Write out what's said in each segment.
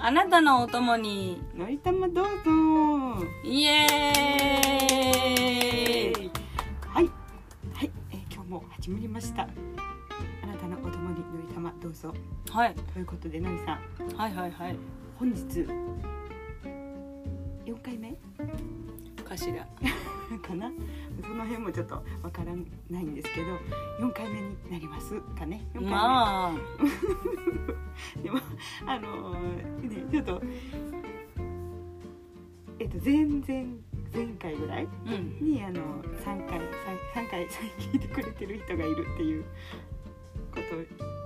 あなたのお供にのりたまどうぞイエーイはいはい、えー今日も始まりましたあなたのお供にのりたまどうぞはいということでのりさんはいはいはい本日4回目かしらかなその辺もちょっとわからないんですけど4回目になりますかね4回目、まあ でもあのーねちょっとえっと前前前回ぐらいうんにあの3回三3回聞いてくれてる人がいるっていうこ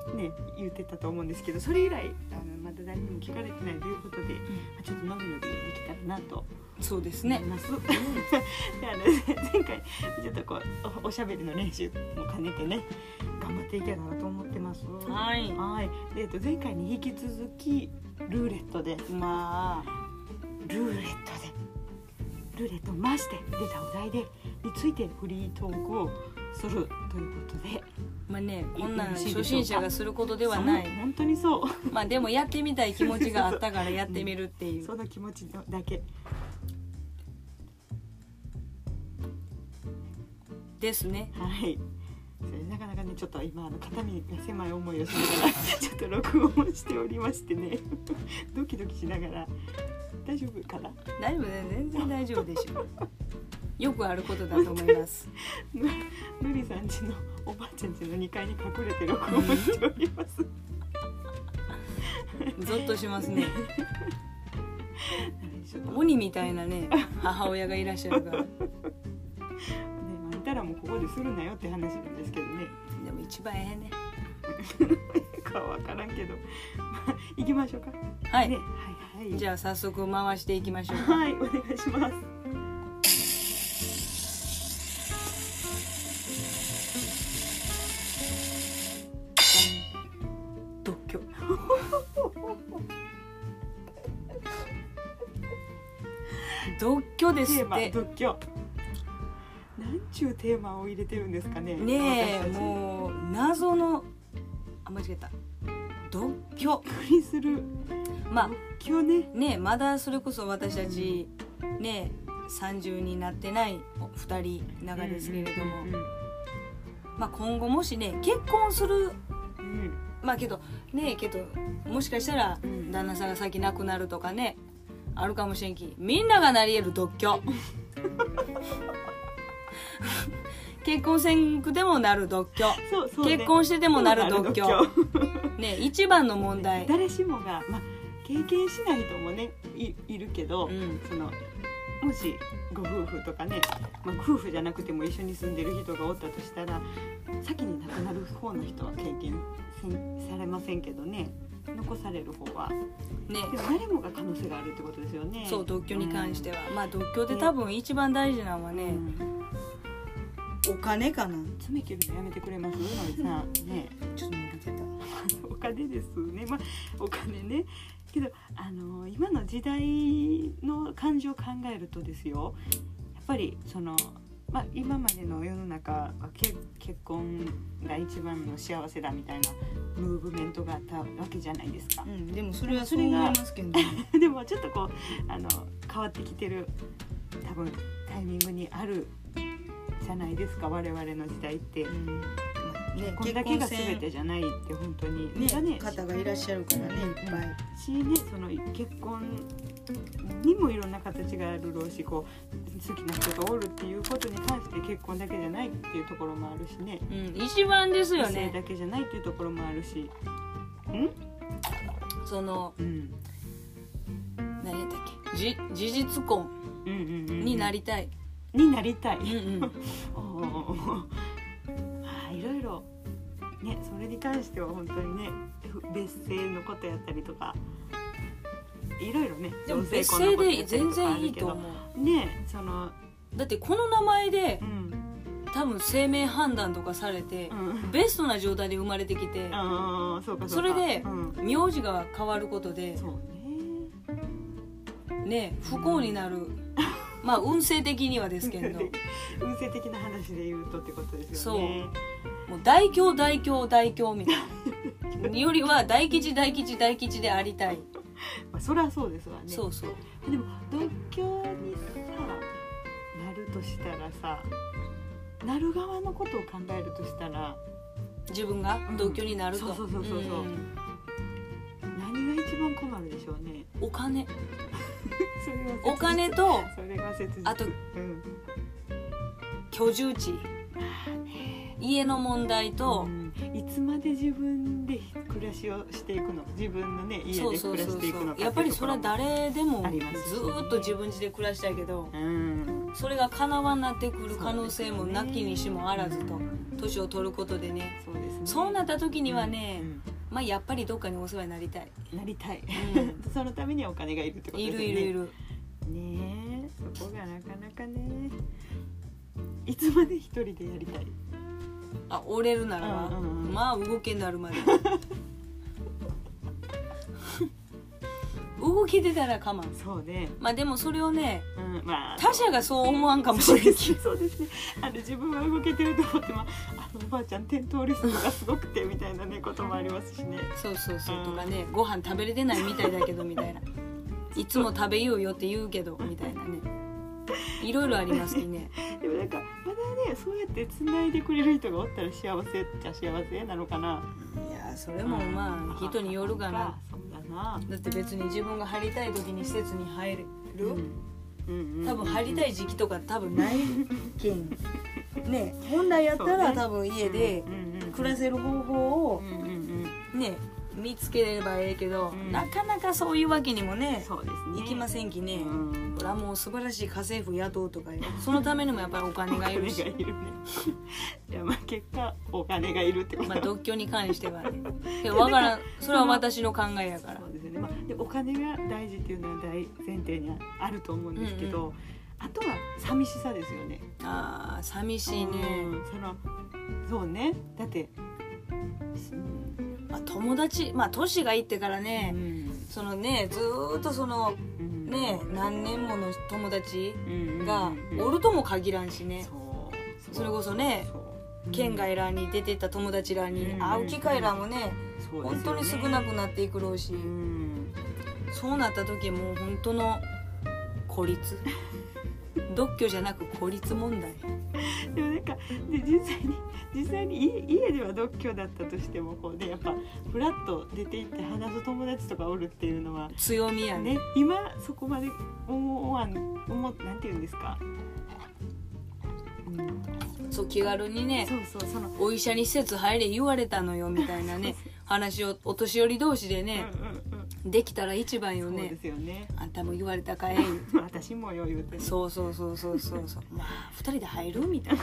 とをね言ってたと思うんですけどそれ以来あのまだ誰にも聞かれてないということで、まあ、ちょっと伸び伸びできたらなとそうです思ねいます。 であの前回ちょっとこうおおしゃべりの練習も兼ねてね頑張っていけたらと思ってます。はいはい。でえっと前回に引き続きルーレットでまあルーレットでルーレットを回して出たお題でについてフリートークをするということでまあねこんなんいいいいでしょうか初心者がすることではなそんい本当にそうまあでもやってみたい気持ちがあったからやってみるっていうその気持ちのだけですねはいそれなかなかねちょっと今あの肩身が狭い思いをしながらちょっと録音をしておりましてね ドキドキしながら大丈夫かな 大丈夫だよ全然大丈夫でしょ よくあることだと思いますぬぬりさんちのおばあちゃんちの2階に隠れて録音をしておりますゾッとします ねちょっと鬼みたいなね母親がいらっしゃるからね、まあいたらもうここでするなよって話なんですけどね。 でも一番ええねかわからんけど、 まあ、行きましょうか。はい、ね、はいはい。じゃあ早速回していきましょうかはい、お願いします。独 居独居ですテーっマて独居。なんちゅうテーマを入れてるんですかね。ねえ私たちもう謎のあ間違えた独居びっくりする。ま独居ね。あねえまだそれこそ私たちねえ30になってないお二人ながですけれども、まあ、今後もしね結婚するうん。うんうんまあけどねえけどもしかしたらうん旦那さんが先亡くなるとかねあるかもしれんきみんながなり得る独 居結婚せんくてもなる独居そうそう、ね。結婚しててもなる独居そうなる独ねえ一番の問題誰しもが、まあ、経験しない人もね、いいるけど。うんそのもしご夫婦とかね、まあ、夫婦じゃなくても一緒に住んでる人がおったとしたら先に亡くなる方の人は経験せんされませんけどね残される方はねでも誰もが可能性があるってことですよねそう独居に関しては、はまあ独居で多分一番大事なのはうねん、お金かな爪切るのやめてくれますのりさんねちょっと伸びてた お金ですねまあお金ねけどあの今の時代の感情を考えるとですよやっぱりその、まあ、今までの世の中は結結婚が一番の幸せだみたいなムーブメントがあったわけじゃないですかう。んでもそれはそう思いますすけど でもちょっとこうあの変わってきてる多分タイミングにあるじゃないですか我々の時代って。ねこんだけが全てじゃないって本当に、ねまだ方がいらっしゃるからねいっぱいしねその結婚にもいろんな形があるろうしこう好きな人がおるっていうことに関して結婚だけじゃないっていうところもあるしねうん、一番ですよ女性ねだけじゃないっていうところもあるし、そのうん、何やったっけじ事実婚うんうんうんになりたい、になりたい、うん うんおー おーおーあーいろいろねそれに関しては本当にねふ別姓のことやったりとかいろいろねでも同性別婚の姓ことやでったり全とかあ然いるいけとど思うねそのだってこの名前でうん多分生命判断とかされてう、んベストな状態で生まれてきて、あーそうかそうかそれでうん名字が変わることでそうねね不幸になる、 まあ運勢的にはですけれど 運勢的な話で言うとってことですよねもう大凶大凶大凶みたいなよりは大吉大吉大吉でありたいまあ、そりゃそうですわねそうそうでも同居にさなるとしたらさなる側のことを考えるとしたら自分が同居になると、うんそうそうそうそうそうん何が一番困るでしょうねお金それは切実お金とそれが切実あとうん居住地家の問題とう、んいつまで自分で暮らしをしていくの自分のね家でそうそ暮うらそうしていくそのうやっぱりそれは誰でもありますずーっと自分家で暮らしたいけどうんそれが叶わんなってくる可能性もなきにしもあらずと年を取ることでねそうですねそうなった時にはね、うんまあやっぱりどっかにお世話になりたい、なりたいうそのためにはお金がいるってこん、といですよるいねるいるねえそこがなかなかねいつまで一人でやりたいあ折れるならば、うんうんうんまあ動けになるまで 動き出たらかまんそうね、まあでもそれをねうん、まあ他者がそう思わんかもしそうれないですねそうですねあの自分は動けてると思ってもあのおばあちゃん転倒リスクがすごくてみたいなねこともありますしねそうそうそううんとかねご飯食べれてないみたいだけどみたいないつも食べようよって言うけどみたいなねいろいろありますきねでもなんかまだねそうやってつないでくれる人がおったら幸せっちゃ幸せなのかないやそれもまあ人によるかなそうだな、だって別に自分が入りたい時に施設に入る、うんうん、多分入りたいい時期とか多分ないけん ね本来やったそうらね多分家で暮らせる方法をうんうんうんね見つければええけど、うんなかなかそういうわけにもねそうですねいきませんきね、うんこれはもう素晴らしい家政婦雇うとかよそのためにもやっぱりおお金金ががいいるるね しいやまあ結果お金がいるってことまあ独居に関してはね いやわからんそれは私の考えやからそうですね、まあ、でお金が大事っていうのは大前提にあると思うんですけど、あとは寂しさですよねあー寂しいね、うんそのそうねだって、うんまあ、友達まあ年がいってからね、そのねずーっとそのうんね何年もの友達うんがうんおるとも限らんしねそううそれこそねそう県外らに出てた友達らにうん会う機会らもねそうで本すよ当ねに少なくなっていくろうしうんそうなった時もう本当の孤 立独居じゃなく孤立問題でもなんかで実際に実際に家家では独居だったとしてもこうねやっぱフラッと出て行って話す友達とかおるっていうのは強みやねね今そこまで思わん思うなんて言うんですか、うん、そう気軽にねそうそうそのお医者に施設入れ言われたのよみたいな ね話をお年寄り同士でねできたら一番うんうよんうん、そうねですよねあんたも言われたかえ私もよ言うてそそうそうそうそうそうそうまあ2人で入るみたい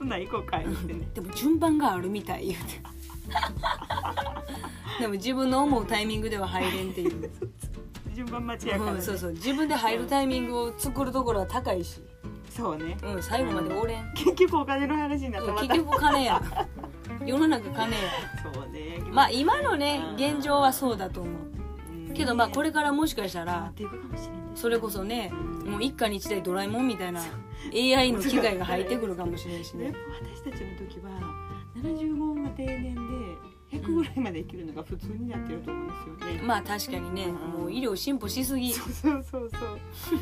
なんなん行こうか言ってねでも順番があるみたい言うて でも自分の思うタイミングでは入れんっていう、順番待ちやから、うねん、そうそう自分で入るタイミングを作るところは高いし、そうねうん、最後までおれん、結局お金の話になっうたんまた結局金や世の中金やそうねまあ今のね現状はそうだと思ううんけどまあこれからもしかした変わらっていくかもしれないそれこそねもう一家に一台ドラえもんみたいな AI の機械が入ってくるかもしれんしやっねぱ私たちの時は75が定年で100ぐらいまで生きるのが普通になってると思うんですよね、まあ確かにねもう医療進歩しすぎそうそうそうそう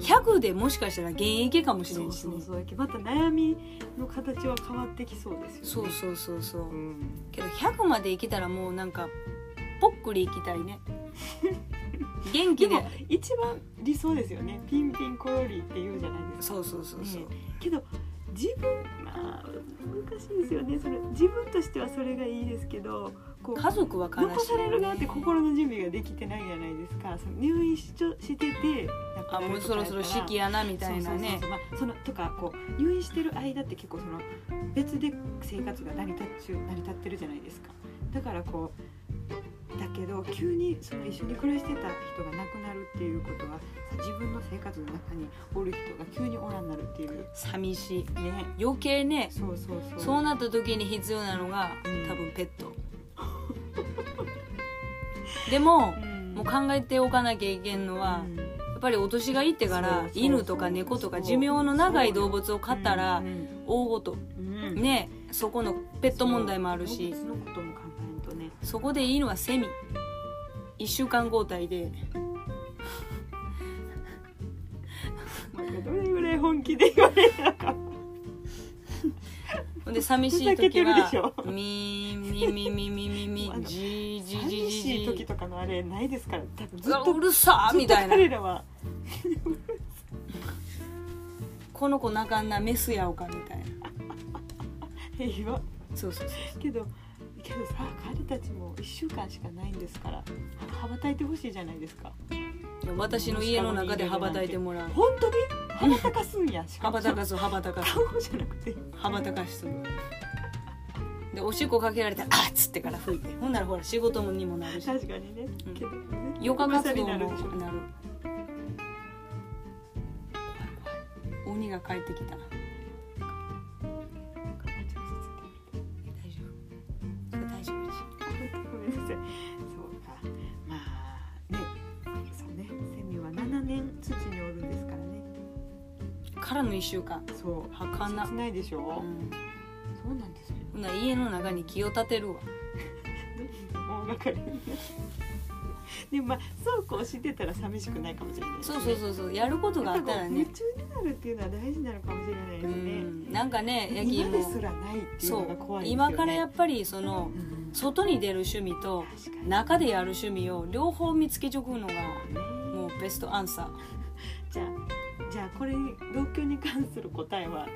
100でもしかしたら現役かもしれそんうしそねうそうまた悩みの形は変わってきそうですそようねそうそうそうう、ん、けど100まで生きたらもうなんかぽっくり生きたい ね元で気でも一番理想ですよねピンピンコロリって言うじゃないですかそうそうそうそう、ねけど自分まあ難しいですよねそれ自分としてはそれがいいですけどこう家族は悲残しいされる側って心の準備ができてないじゃないですかその入院しちょしてて亡くあなもうるそとかろやったらそろ式やなみたいなねそうそうそうそうまあ、そのとかこう入院してる間って結構その別で生活が成り立っちゅう成り立ってるじゃないですかだからこうだけど急にその一緒に暮らしてた人が亡くなるっていうことはさ自分の生活の中におる人が急におらんなるっていう寂しいね余計ねそうそうそうそうなった時に必要なのがうん多分ペットでもうんもう考えておかなきゃいけんのは、うんやっぱりお年がいってからそうそう犬とか猫とかそう寿命の長い動物を飼ったら、うん大ごとうんねそこのペット問題もあるし動物のことも考えるとねそこでいいのはセミ1週間交代でどれぐらい本気で言われたかほんで寂しいふざけ時てるではしょ「みーみみみみみみ あのじーじーじー寂じしーいじ時とかのあれないですから多分ずっーとうるさー」みたいなずっと彼らは「この子なかんなメスやおか」みたいな平和そうそうそうけどけどさ彼たちも1週間しかないんですからは羽ばたいてほしいじゃないですかいや私の家の中で羽ばたいてもらう本当に羽ばたかすんやしか羽ばもたかす羽ばたかす顔じゃなくて羽ばたかしするでおしっこかけられたら「あっ!」つってから吹いてほんならほら仕事にもなるし確かにね、けどね余暇活動もな噂になるるでしょ鬼が帰ってきた大丈夫大丈夫ごめんなさい。そうか。まあね、そうね。セミは7年土におるんですからね。からの1週間そう。はかな切ないでしょ。うんそうなんですよ。ほな家の中に気を立てるわ大掛かりになって。 でもまあそうこうしてたら寂しくないかもしれないですね、そうそうそうそうやることがあやっっぱたこらうね夢中になるっていうのは大事なのかもしれないでうすね。んなんかね焼き今芋ですらないっていうそのがう怖いですよね。今からやっぱりそのうん外に出る趣味と確かにね。中でやる趣味を両方見つけちょくのがもうベストアンサじゃあじゃあこれに同居に関する答えは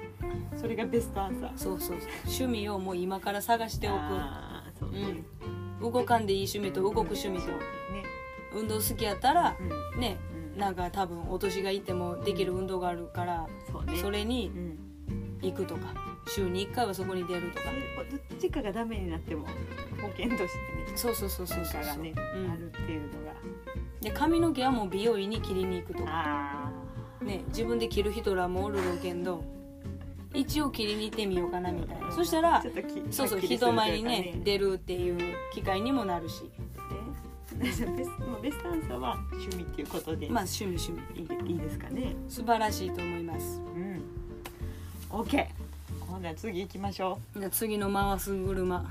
それがベストアンサーー。そうそうそう趣味をもう今から探しておあーそうね、うんく動かんでいい趣味と動く趣味と運動好きやったらね、ねうんなんか多分お年がいってもできる運動があるからそうねそれにうん、行くとか週に1回はそこに出るとかどっちかがダメになっても保険としてねそうそうそうそう効そう果がそう、ね、うんあるっていうのがで髪の毛はもう美容院に切りに行くとかあね自分で切る人らもおるろうけんど一応切りに行ってみようかなみたいなそしたらちょっときそうそうはっきり人前にすねるというかね出るっていう機会にもなるしねじゃあベスもうベストアンサーは趣味っていうことで、まあ趣味趣味いいでいいですかね素晴らしいと思いますうん OK ほな次行きましょじゃあ次の回す車う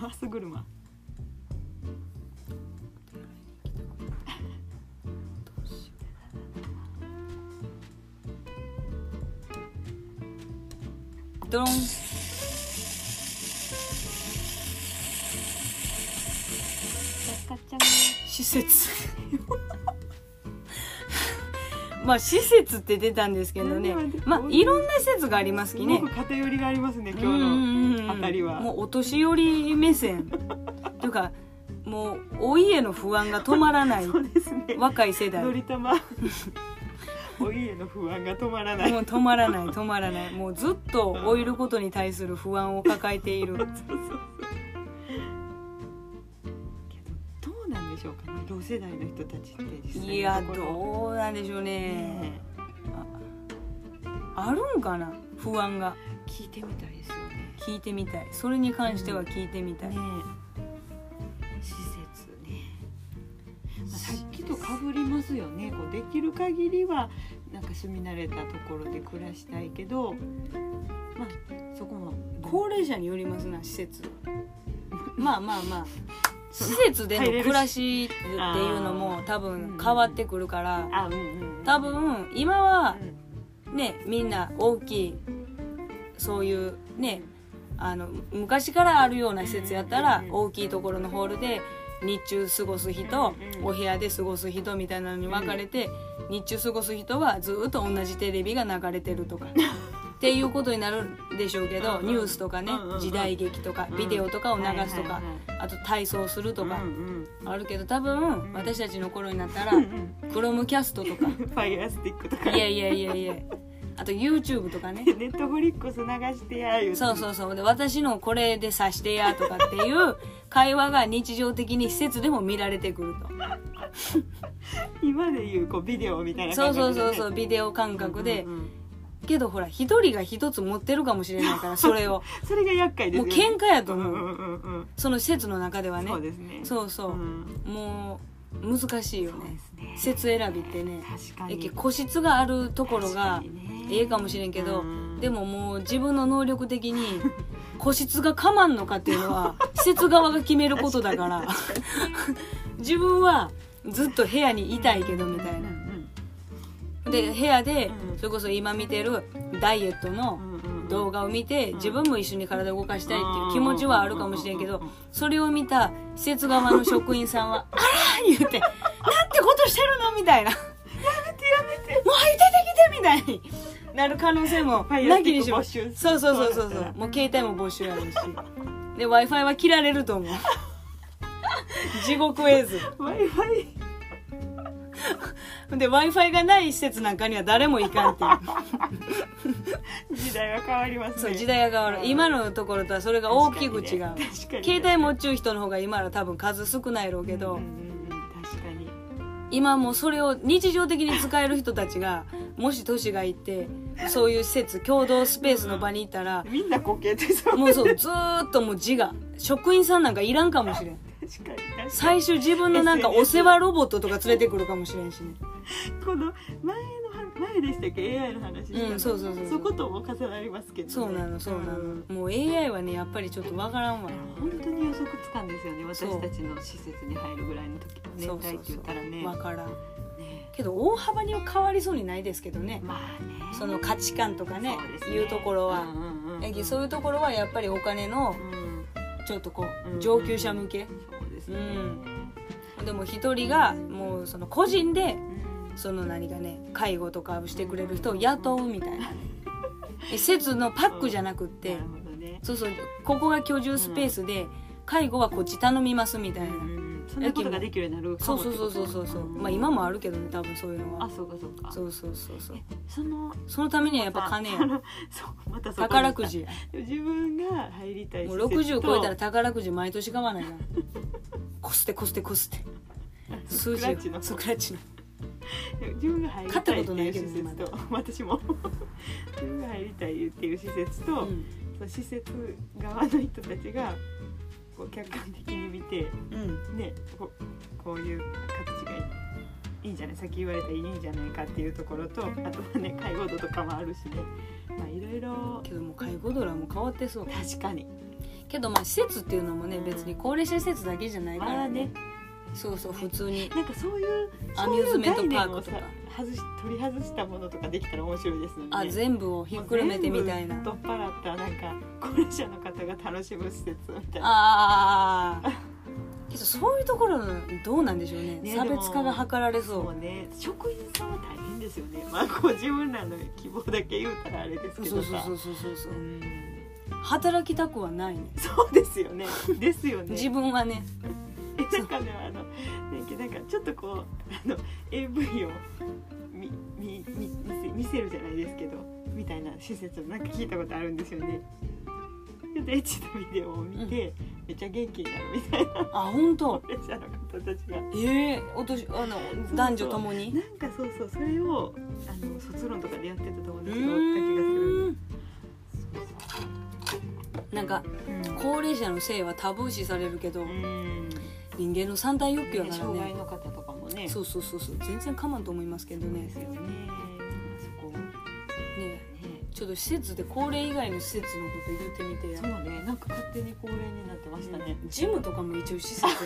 回す車ドン施設 まあ施設って出たんですけどねまあいろんな施設がありますきねすごく偏りがありますね今日うんのうんうんあたりはもうお年寄り目線というかもうお家の不安が止まらないそうですね。若い世代のもうりたま。お家の不安が止まらない。止まらない止まらないもうずっと老いることに対する不安を抱えているどうなんでしょうかね。同世代の人たちって実際のいやところどうなんでしょうねねあるんかな不安がえ聞いてみたいですよね。聞いてみたいそれに関しては聞いてみたい、え施設ね。まあさっきと被りますよね。こうできる限りはなんか住み慣れたところで暮らしたいけど、まあそこも高齢者によりますな施設まあまあまあ施設での暮らしっていうのも多分変わってくるからあうんうんうん多分今はうんねみんな大きいそういうねあの昔からあるような施設やったら大きいところのホールで日中過ごす人お部屋で過ごす人みたいなのに分かれて日中過ごす人はずっと同じテレビが流れてる とかっていうことになるでしょうけどニュースとかねうんうんうん時代劇とかビデオとかを流すとかはいはいはいあと体操するとかうんうんあるけど多分私たちの頃になったらうんクロムキャスト とかうんファイアスティックとかいやいやいやいやあと YouTube とかねネットフリックス流してや言そううそうそうで私のこれでさしてやとかっていう会話が日常的に施設でも見られてくる とて今で言うこうビデオみたいなそう感そう覚でねそうそうビデオ感覚でうんうんうんけどほら一人が一つ持ってるかもしれ ないからそれをそれが厄介ですもうよね喧嘩やとうん思ううんうんうんその施設の中ではねそうですねそうそううんもう難しいよそうねですね施設選びってね確かえに個室があるところが確かにねええかもしれんけどうんでももう自分の能力的に 個室がかまんのかっていうのは施設側が決めることだから自分はずっと部屋にいたいけどみたいなで部屋でうんそれこそ今見てるダイエットの動画画を見てうん自分も一緒に体を動かしたいっていう気持ちはあるかもしれんけどそれを見た施設側の職員さんは「あ ら!」言うて「なんてことしてるの?」みたいな「やめてやめてもう入っててきて」みたいになる可能性もファイアなスきティにッしクも募集そうそうそうそうそそうだっうたもう携帯も募集やるしで w i f i は切られると思 う地獄絵図 w i f i で w i f i がない施設なんかには誰も行かん っていう時代は変わりますねそう時代が変わる今のところとはそれが大きく違う、確かにね携帯持っちゅう人の方が今の多分数少ないやろうけど、うんうんうん確かに今もうそれを日常的に使える人たちがもし都市が行ってそういう施設共同スペースの場に行ったらみんなこう携帯触るもうそうずーっともう自我職員さんなんかいらんかもしれん確かに確かに最終自分のなん かお世話ロボットとか連れてくるかもしれんしねこの前のは前でしたっけ AI の話したのうんそうそうそうそうそことも重なりますけど、ね、そうなのそうなのんもう AI はねやっぱりちょっとわからんわ本当に予測つかんですよねそう私たちの施設に入るぐらいの時年代って言ったらねわからんねけど大幅には変わりそうにないですけどねまあねその価値観とかねそうですいうところは、うんうんうんやけそういうところはやっぱりお金のうんちょっとこうんう上級者向けそうですねううんんでも一人がもうその個人でその何かね介護とかをしてくれる人を雇うみたいなえ施設のパックじゃなくってなるほどねそうそうここが居住スペースで介護はこっち頼みますみたいなうんそんなことができるようになるかそもうそうそうそうそうそうまあ今もあるけどね多分そういうのあはそうかそうかそうそうそうそうそのそのためにはやっぱ金や そうまたそこに宝くじや自分が入りたいも施う設と60超えたら宝くじ毎年買わないなこすってこすってこすって数スク字ラをッチのスクラッチの自分が入りたいっていう施設買ったと私も 自分が入りたいっていう施設と、うんその施設側の人たちがこう客観的に見てうんねここういう形がいいいいんじゃないさっき言われたいいんじゃないかっていうところとあとはね介護度とかもあるしねまあいろいろけどもう介護ドラも変わってそう確かにけどまあ施設っていうのもね別に高齢者施設だけじゃないかまあらねそうそう普通になんかそういうアミューズメントパークそとかういう概念をさ外し取り外したものとかできたら面白いですよねあ全部をひっくるめてみたいな全部取っ払ったなんか高齢者の方が楽しむ施設みたいなああけどそういうところどうなんでしょうねね差別化が図られそもううね職員さんは大変ですよねまあこう自分らの希望だけ言うたらあれですそうけそどうさそうそうそうそうそううん働きたくはないねそうですよねですよね自分はねえなんかねあのなんかちょっとこうあの AV をみみみ見せ見せるじゃないですけどみたいな施設なんか聞いたことあるんですよねちょっとエッチなビデオを見て、めっちゃ元気になるみたいなあ本当高齢者の方たちがええおとしあのそう男女ともになんかそうそうそれをあの卒論とかでやってたと思ううんですけど気ーんがするなんかそう高齢者の性はタブー視されるけどそううん人間の三大欲求やねから障害ねの方とかもねそうそうそうそう全然かまんと思いますけどねですよねそこもねねちょっと施設で高齢以外の施設のこと言ってみてそやうねなんか勝手に高齢になってましたね、ジムとかも一応施設よね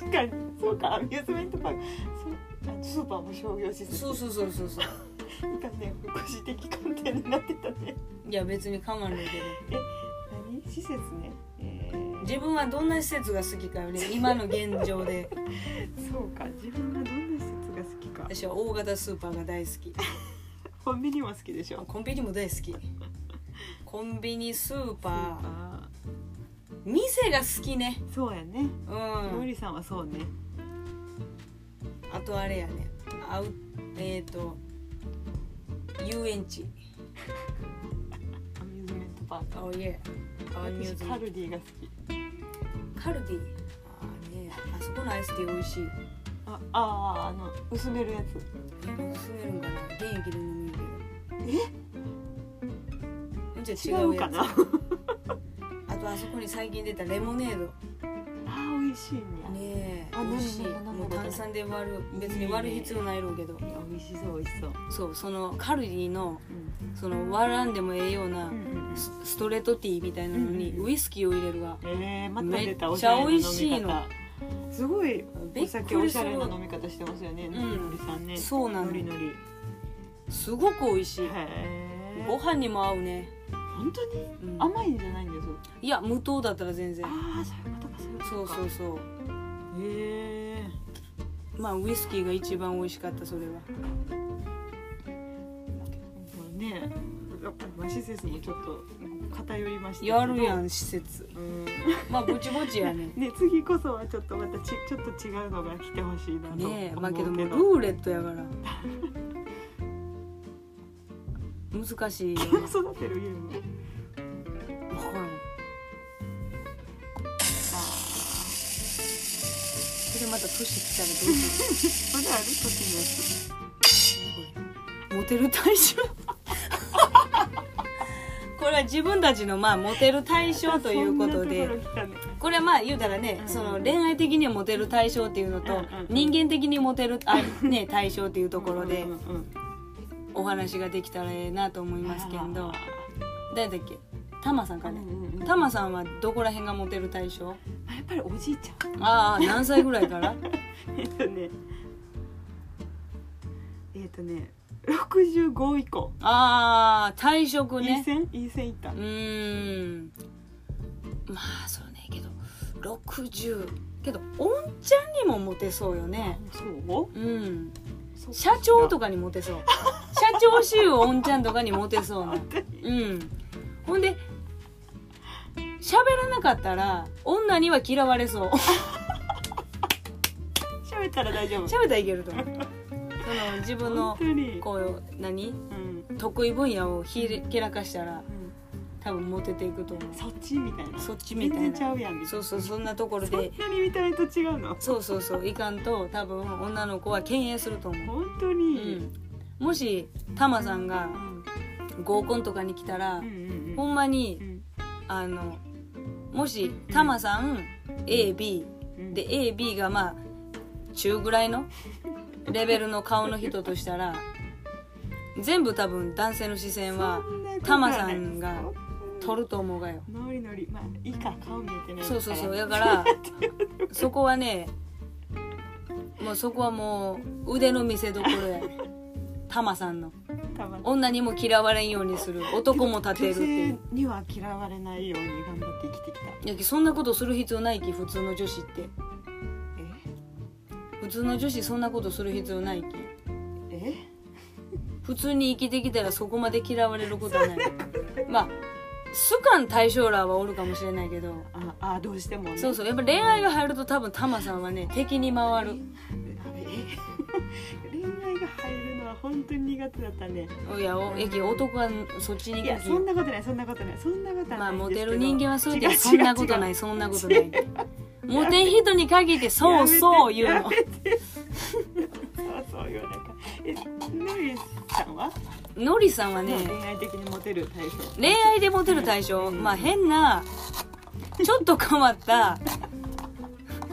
確かにそうかアミューズメントパークそうあスーパーも商業施 設そうそうそうそうそうなんかね福祉的観点になってたねいや別にかまんないけど何施設ねえー自分はどんな施設が好きかよね今の現状でそうか自分がどんな施設が好きか私は大型スーパーが大好きコンビニも好きでしょコンビニも大好きコンビニスーパーあ店が好きねーそうやねうのんりさんはそうねあとあれやねアウえっ、と遊園地アミューズメントパークあいえアミュ私ーズカルディが好きカルディあーねあそこのアイスティー美味しいああーあの薄めるやつ薄めるんかな原液で飲みるけ違どえじゃあ違ううやかつなああとあそこに最近出たレモネードー美味しいねねえあ美味しいなんかなんかもう炭酸で割る別に割る必要ないろうけどいや美味しそう美味しそう、そうそのカルディのその割らんでもええようなうんうんうんスストレートティーみたいなのにうんうんウイスキーを入れるわえー、まため出ったちゃ美味しいのおしゃれな飲み方すごいびおっ酒くおりしすゃるれな飲み方してますよね、んのりさんねそうなののりのりすごく美味しいへご飯にも合うね、本当にうん甘いんじゃないんですよいや無糖だったら全然ああそういうことかそういうことかそうそうそうへえまあウイスキーが一番美味しかったそれはねやっぱりまあ施設もちょっと偏りましたけどやるやん施設うんまあぼちぼちやねね次こそはちょっとまたちちょっと違うのが来てほしいなと思うねけえど,、まあけどもうルーレットやから難しいよね育てる家もわからんそれまた年来たらどうすまだある土地のやつるモテる対象 これは自分たちのまあモテる対象ということでそんなところ来たねこれはまあ言うたらね、うんその恋愛的にはモテる対象っていうのと、うんうんうん人間的にモテる あ、ね、対象っていうところでうんうんうんお話ができたらええなと思いますけあどー誰だっけタマさんかねうんうんうんタマさんはどこら辺がモテる対象まあやっぱりおじいちゃんああ何歳ぐらいから えっとねえっとね65以降ああ退職いいね線いい線いったうーんまあそうねけど60けどおんちゃんにもモテそうよねそううんそう社長とかにモテそう社長衆おんちゃんとかにモテそうなうんほんで喋らなかったら女には嫌われそう喋ったら大丈喋夫ったらいけると思うその自分の本当にこう何うん得意分野をひれけらかしたらう多分モテていくと思んそっちみたいなうそっちみたい全然ちゃなうやんみたいそうそうそんなところなそんでなに見た目と違うのそうそうそういかんと多分女の子は敬遠すると思う、本当うにん、もしタマさんがうん合コンとかに来たら、うんうんほんまにうんあのもしタマさん AB うんで AB がまあ中ぐらいのレベルの顔の人としたら全部多分男性の視線はそんなことタマさんがない取ると思うがよノリノリまあいいか顔見えてないそうそうそうやだからそこはねもうそこはもう腕の見せ所やねタマさんのたま女にも嫌われんようにする男も立てるっていう女性には嫌われないように頑張って生きてきたいやけそんなことする必要ないき普通の女子って普通の女子そんなことする必要ないきええ普通に生きてきたらそこまで嫌われることはないまあ主観対象らはおるかもしれないけどああどうしてもねそうそうやっぱ恋愛が入ると多分タマさんはね敵に 回るあれ恋愛が入るのは本当に苦手だったねおやおやけ男はそっちにい行やくそんきなことないそんなことないそんなことはないまあモんですテけどる人間はそうで違うそんなことな違いそんなことないモテん人に限ってそうそう言うやのめう そうそういうなんかえノリさんは、ノリさんはね恋愛的にモテる対象恋愛でモテる対象まあ変なちょっと変わった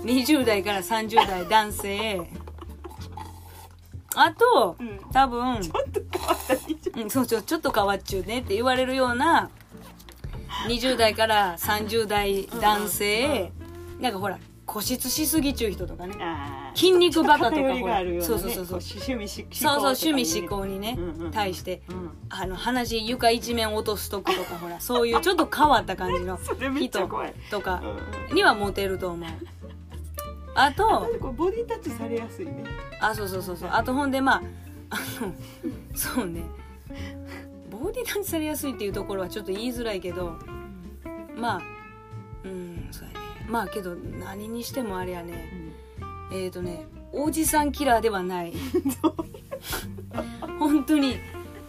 20代から30代男性あと うん 多分ちょっと変わった人「うんそうそうちょっと変わっちゅうね」って言われるような20代から30代男性なんかほら固執しすぎちゅう人とかねあー筋肉バカとか偏りほがらあるよねそうそうそうこそう趣味しそう趣味思考にねうんうん対してうんあの話床一面落とすとことかほらそういうちょっと変わった感じの それめっちゃ人怖いとうんうかんにはモテると思うあなとんかこうボディタッチされやすいねあそうそうそうそうあとほんでまああのそうねボディタッチされやすいっていうところはちょっと言いづらいけどまあうんそうやねまあけど何にしてもあれやねえっ、ー、とねおじさんキラーではない本当に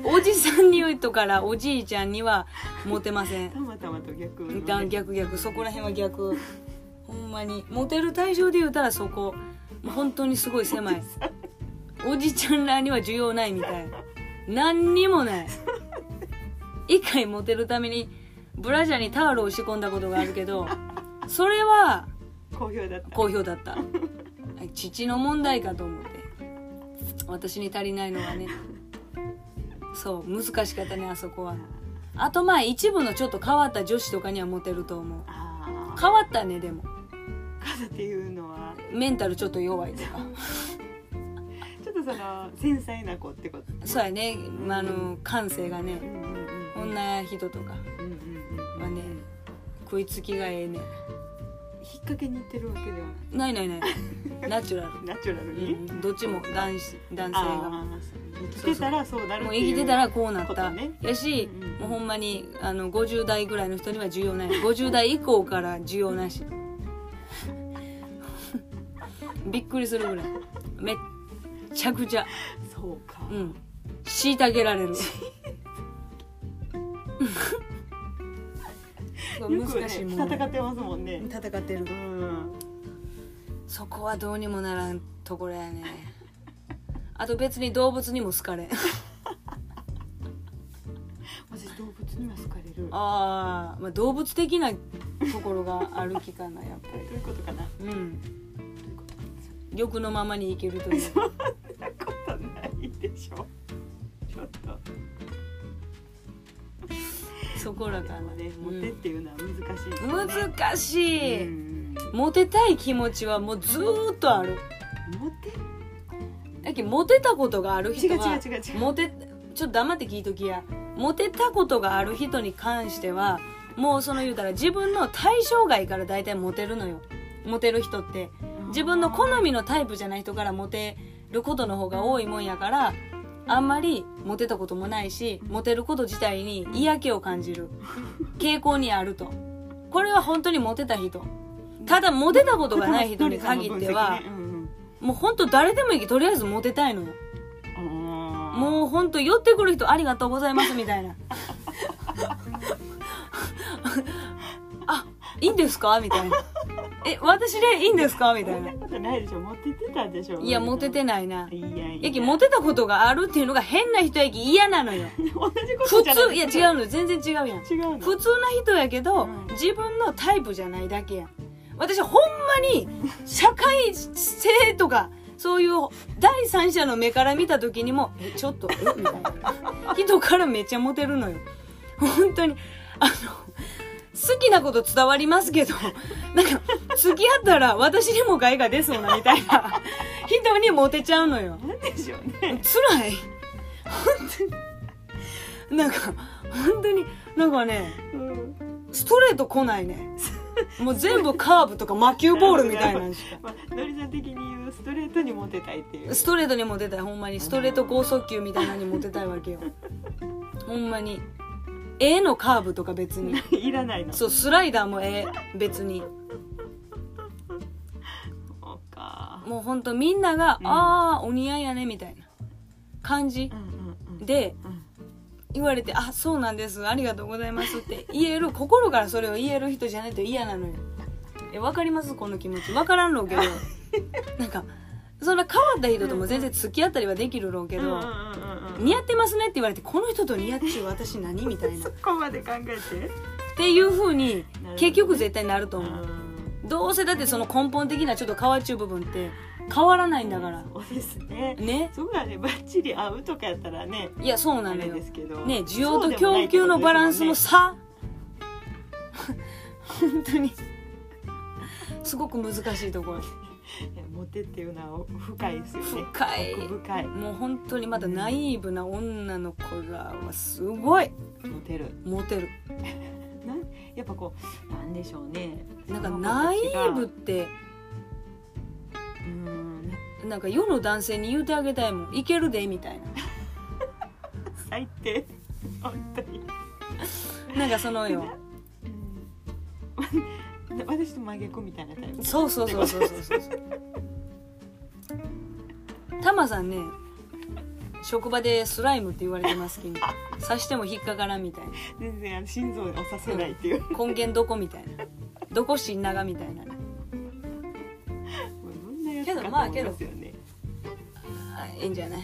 おじさんに言うとからおじいちゃんにはモテませんたまたまと逆のね逆逆逆そこら辺は逆ほんまにモテる対象で言うたらそこもう本当にすごい狭いおじちゃんらには需要ないみたい何にもない一回モテるためにブラジャーにタオルを仕込んだことがあるけどそれは好評だった好評だった父の問題かと思って私に足りないのはねそう難しかったねあそこはあとまあ一部のちょっと変わった女子とかにはモテると思うああ変わったねでもカズっていうのはメンタルちょっと弱いとかちょっとその繊細な子ってこと。そうやね、まあ、あの感性がうねんうんうんうん女人とかうんうんうんうんはね食いつきがええね引っ掛けにいってるわけではなないないない ナチュラルい。ナチュラルうに。ん、どっちも男子男性がああ、生きてたらそうなるもっうて生きいてたらこうなっこた、とねやし、うんうんもうほんまにあの50代ぐらいの人には需要ない50代以降から需要な しびっくりするぐらいめっちゃくちゃそうか。うん虐げら れるよくね難しいも戦んってますもんね。戦ってるうん。そこはどうにもならんところやねあと別に動物にも好かれん私動物には好かれる。 あー、まあ動物的なところがある気かなやっぱどういうことかな。どりうんういうことかな。欲のままに生きるというそんなことないでしょ。ちょっと。そこらかでらもね、うモテっんていうのは難しいですね。難しい、うんモテたい気持ちはもうずーっとあるモテだけどモテたことがある違う人は違う違う違う。 モテちょっと黙って聞いときやモテたことがある人に関してはもうその言うたら自分の対象外から大体モテるのよモテる人って自分の好みのタイプじゃない人からモテることの方が多いもんやからあんまりモテたこともないしモテること自体に嫌気を感じる傾向にあるとこれは本当にモテた人ただモテたことがない人に限っ てはうんうんもう本当誰でもいいけどとりあえずモテたいのよもうほんと寄ってくる人ありがとうございますみたいな あいいんですかみたいなえ私でいいんですかみたそいんななことないでしょモテてたでしょいやモテてないないやいややきモテたことがあるっていうのが変な人やき嫌なのよ同じこ普とじゃな通いいや違うの全然違うやん違うの普通な人やけど、うん自分のタイプじゃないだけやん私ほんまに社会性とかそういう第三者の目から見た時にも「えちょっとえ」みたいな人からめっちゃモテるのよ本当にあの好きなこと伝わりますけどなんか付き合ったら私にも害が出そうなみたいな人にモテちゃうのよなんでしょうね辛い本当になんか本当になんかねうんストレート来ない ねもう全部カーブとか魔球ボールみたいなんしかまあ、のりさん的に言うストレートにモテたいっていうストレートにも出たいほんまにストレート剛速球みたいなのにも出たいわけよほんまにええのカーブとか別に いらないのそうスライダーもええ別にそうかもうほんとみんなが「うんああお似合いやね」みたいな感じうんうんうんでうん言われて「あそうなんですありがとうございます」って言える 心からそれを言える人じゃないと嫌なのよえわかりますこの気持ちわからんろうけ どなんかそんな変わった人とも全然付き合ったりはできるろうけうんうんどうん「うん似合ってますね」って言われて「この人と似合ってる私何?」みたいなそっこまで考えてていう風にほどね結局絶対なるとう思うんどうせだってその根本的なちょっと変わっちゅう部分って変わらないんだからそうですねねそこがねバッチリ合うとかやったらねいやそうあなのれよですけどね需要と供給のバランスの差本当にすごく難しいところいやモテっていうのは深いですよね深い奥深いもう本当にまだナイーブな女の子らはすごいモテるモテるなやっぱこうなんでしょうねなんかナイーブっうてーんなんか世の男性に言うてあげたいもんいけるでみたい最低本当にななんかそのようん 私と真逆みたいなタイプそうそうそうそうそうそうそうタマさんね職場でスライムって言われてますけど刺しても引っかからんみたいな全然あの心臓を押させないっていう根源どこみたいなどこしんながみたいなもうどんなやつけかどとまあ思いますよねあいいんじゃない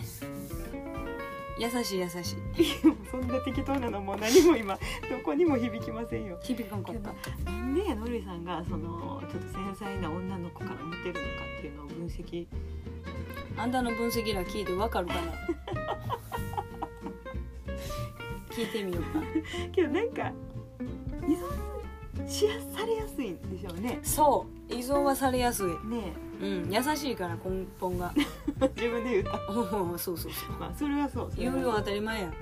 優しい優しいでも そんな適当なのもう何も今 どこにも響きませんよ響かんかったなんでのりさんがそのちょっと繊細な女の子からモテるのかっていうのを分析あんたの分析ら聞いてわかるか な聞いてみようかけどなんか依存しやされやすいんででしょうねそう依存はされやすい、ねうん、優しいから根本がえ 自分で言ったおお そうそうそうまあそれはそうそれ言はうよ当たり前や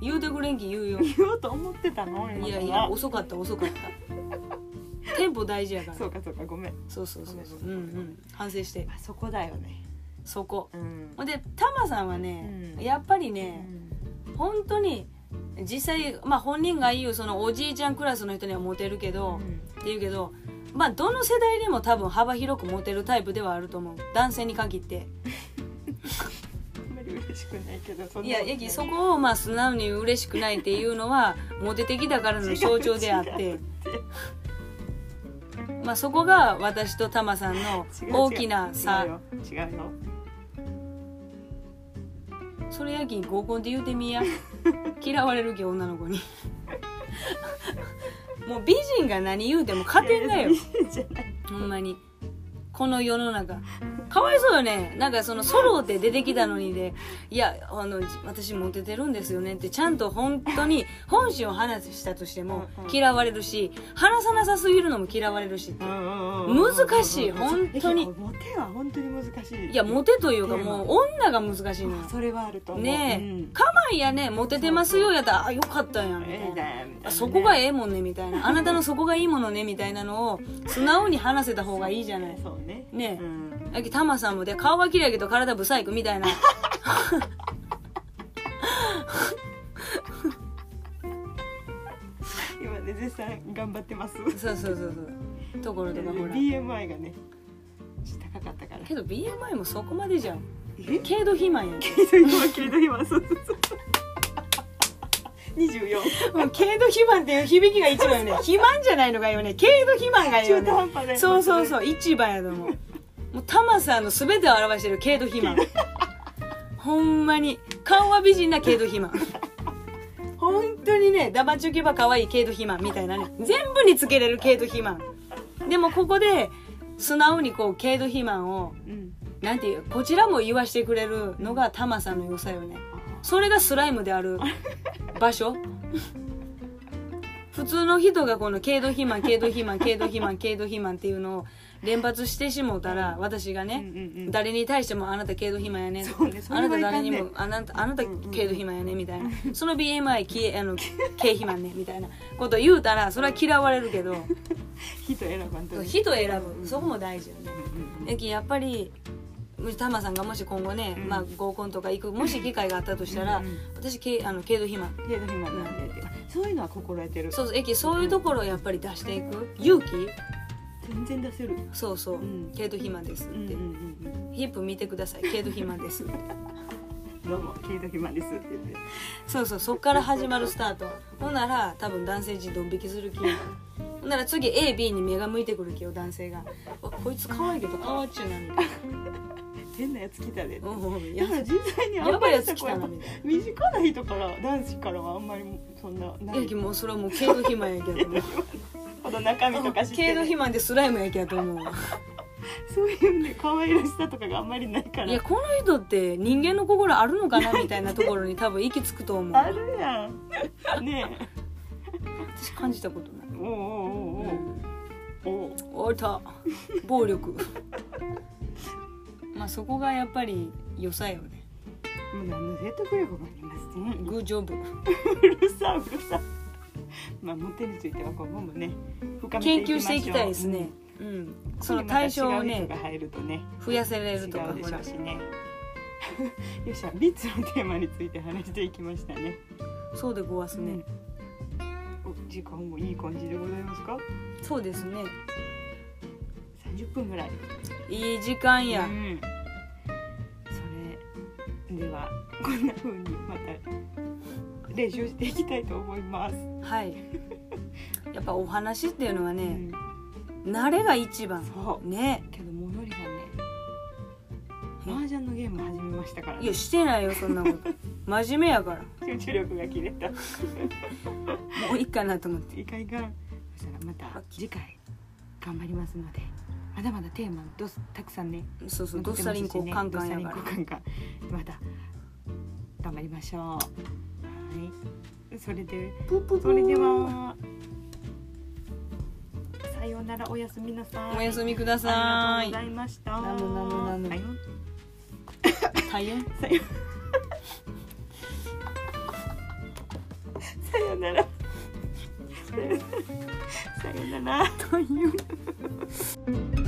言うてくれんき言 うよ言おうと思ってたの今いやからいや遅かった遅か ったテンポ大事やからそうかそうかごめん、そうそうそうそうごうんうめんごめんん反省してまあ、そこだよねそこうんほんでタマさんはね、うんやっぱりうねん本当に実際まあ本人が言うそのおじいちゃんクラスの人にはモテるけど、っていうけどまあどの世代でも多分幅広くモテるタイプではあると思う男性に限ってあんまり嬉しくないけどそんいなやことなやきそこをまあ素直に嬉しくないっていうのはモテてきたからの象徴であっ違う違てうまあそこが私とタマさんの違う違う大きな差違うよ違うよそれやき合コンで言うてみ や嫌われるけ女の子に もう美人が何言うても勝てん がよいやいやじゃないほんまにこの世の中かわいそうよねなんかそのソロで出てきたのにでいやあのじ私モテてるんですよねってちゃんと本当に本心を話したとしてもうんうん嫌われるし話さなさすぎるのも嫌われるしうんうんうんうん難しい本当にいやモテは本当に難しいいやモテというかテーマもう女が難しいのよそれはあると思うねえうんかまいやねモテてますよやったらあよかったんやみたええいな。ねみたいなねそこがええもんねみたい なあなたのそこがいいものねみたいなのを素直に話せた方がいいじゃないそうねねえうんあきタマさんもで顔は綺麗やけど体ブサイクみたい な今ね絶賛頑張ってますそうそうそうそうところとかほら BMI がね高かったからけど BMI もそこまでじゃんえ軽度肥満 やん軽度今軽度今そうそうそう24軽度肥満っていう響きが一番よね肥満じゃないのがいいよね軽度肥満がいいよ中ね途半端だよそうそううそう一番やと思うもうタマさんの全てを表してる軽度肥満ほんまに顔は美人な軽度肥満本当にね黙っちょけば可愛い軽度肥満みたいなね全部につけれる軽度肥満でもここで素直にこう軽度肥満をうんなんていうこちらも言わしてくれるのがタマさんの良さよねそれがスライムである場所普通の人がこの軽度肥満軽度肥満軽度肥満軽度肥満っていうのを連発してしもうたら私がうんうね、んうん誰に対してもあなた軽度肥満やねそうねそあれなはた誰いかんにねもあなたあなた軽度肥満やねみたいなその BMI きえあの軽肥満ねみたいなこと言うたらそれは嫌われるけど人選ばんとね人を選ぶそこも大事よねうんえきやっぱりタマさんがもし今後ね、うんまあ、合コンとか行くもし機会があったとしたら、うんうん私けあの軽度肥満軽度今なんでってそういうのは心得てるそうそうえきそういうところをやっぱり出していく勇気全然出せるそうそう、うん軽度肥満ですっうんうんて、うんヒップ見てください軽度肥満ですって うんどうも軽度今ですって言ってそうそうそっから始まるスタートほんなら多分男性陣ドン引きする気ほんなら次 AB に目が向いてくる気よ男性が「あこいつ可愛いけど変わっちゅうな」 みたい変なやつ来たでってなうんうんだやから実際にやばいやつ来子たやっぱなみたいな。身近な人から男子からはあんまりそんなないえきもうそれはもう軽度肥満やけど もほど中身とか知って軽度る肥満でスライムやけやと思うわそういうね可愛らしさとかがあんまりないからいやこの人って人間の心あるのかなみたいなところに多分行き着くと思 あうるやんねえ私感じたことないおうおうおうおうおうおいた暴力 まあそこがやっぱり良さよねもう何の説得力もありませんグージョブうるさいうるさまあモテについては今後もね深めて研いきましょう究していきたいですねうんうんその対象をここにまた違う人ねが入るとね増やせれ違るとかうでほしょらうしね よっしゃ3つのテーマについて話していきましたねそうでごわすねお時間もいい感じでございますかそうですね30分ぐらいいい時間やうんそれではこんな風にまた練習していきたいと思います、はいやっぱお話っていうのはうねん慣れが一番そうねけどもうのりがね麻雀のゲーム始めましたからいねやしてないよそんなこと真面目やから集中力が切れたもういいかなと思っていかいかんそしたらまた次回頑張りますのでまだまだテーマどすたくさんねそうそう残どっってさますしりねんこうカンカンやどっかさらりんこカンカンまた頑張りましょうはいそれでプープープーそれではささようならおやすみなさいおやすみくだあさりいがとうございましたなぬなぬなぬさよ体温さよさよう ならさようなら体温